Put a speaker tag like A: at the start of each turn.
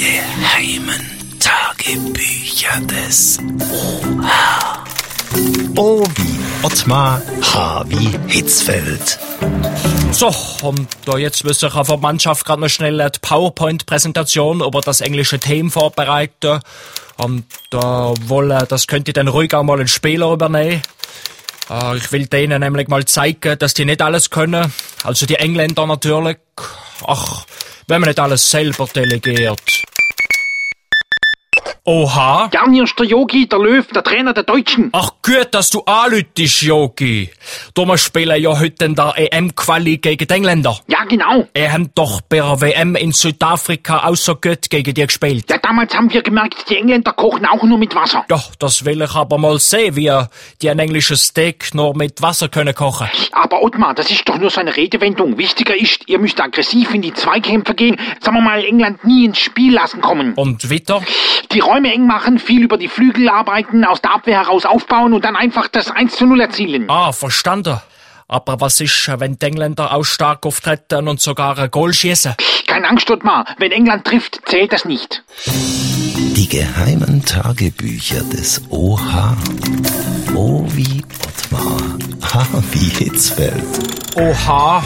A: geheimen Tagebücher des OH. O wie Ottmar, H wie Hitzfeld.
B: So, und da jetzt müsste ich von Mannschaft gerade noch schnell eine PowerPoint-Präsentation über das englische Team vorbereiten. Und da wollen, das könnte dann ruhig auch mal ein Spieler übernehmen. Äh, Ich will denen nämlich mal zeigen, dass die nicht alles können. Also die Engländer natürlich. Ach, wenn man nicht alles selber delegiert. Oha.
C: Gern hier ist der Yogi, der Löw, der Trainer der Deutschen.
B: Ach gut, dass du anlütest, Jogi. Du, wir spielen ja heute in der EM-Quali gegen die Engländer.
C: Ja, genau.
B: Er haben doch bei der WM in Südafrika außer gut gegen die gespielt.
C: Ja, damals haben wir gemerkt, die Engländer kochen auch nur mit Wasser.
B: Ja, das will ich aber mal sehen, wie die ein englisches Steak nur mit Wasser können kochen.
C: Aber Ottmar, das ist doch nur so eine Redewendung. Wichtiger ist, ihr müsst aggressiv in die Zweikämpfe gehen. Sagen wir mal, England nie ins Spiel lassen kommen.
B: Und wieder?
C: Die Räume eng machen, viel über die Flügel arbeiten, aus der Abwehr heraus aufbauen und dann einfach das 1 zu 0 erzielen.
B: Ah, verstanden. Aber was ist, wenn die Engländer auch stark auftreten und sogar ein Goal schießen?
C: Keine Angst, Ottmar. Wenn England trifft, zählt das nicht.
A: Die geheimen Tagebücher des OH. O wie Ottmar, H wie Hitzfeld.
B: Oha,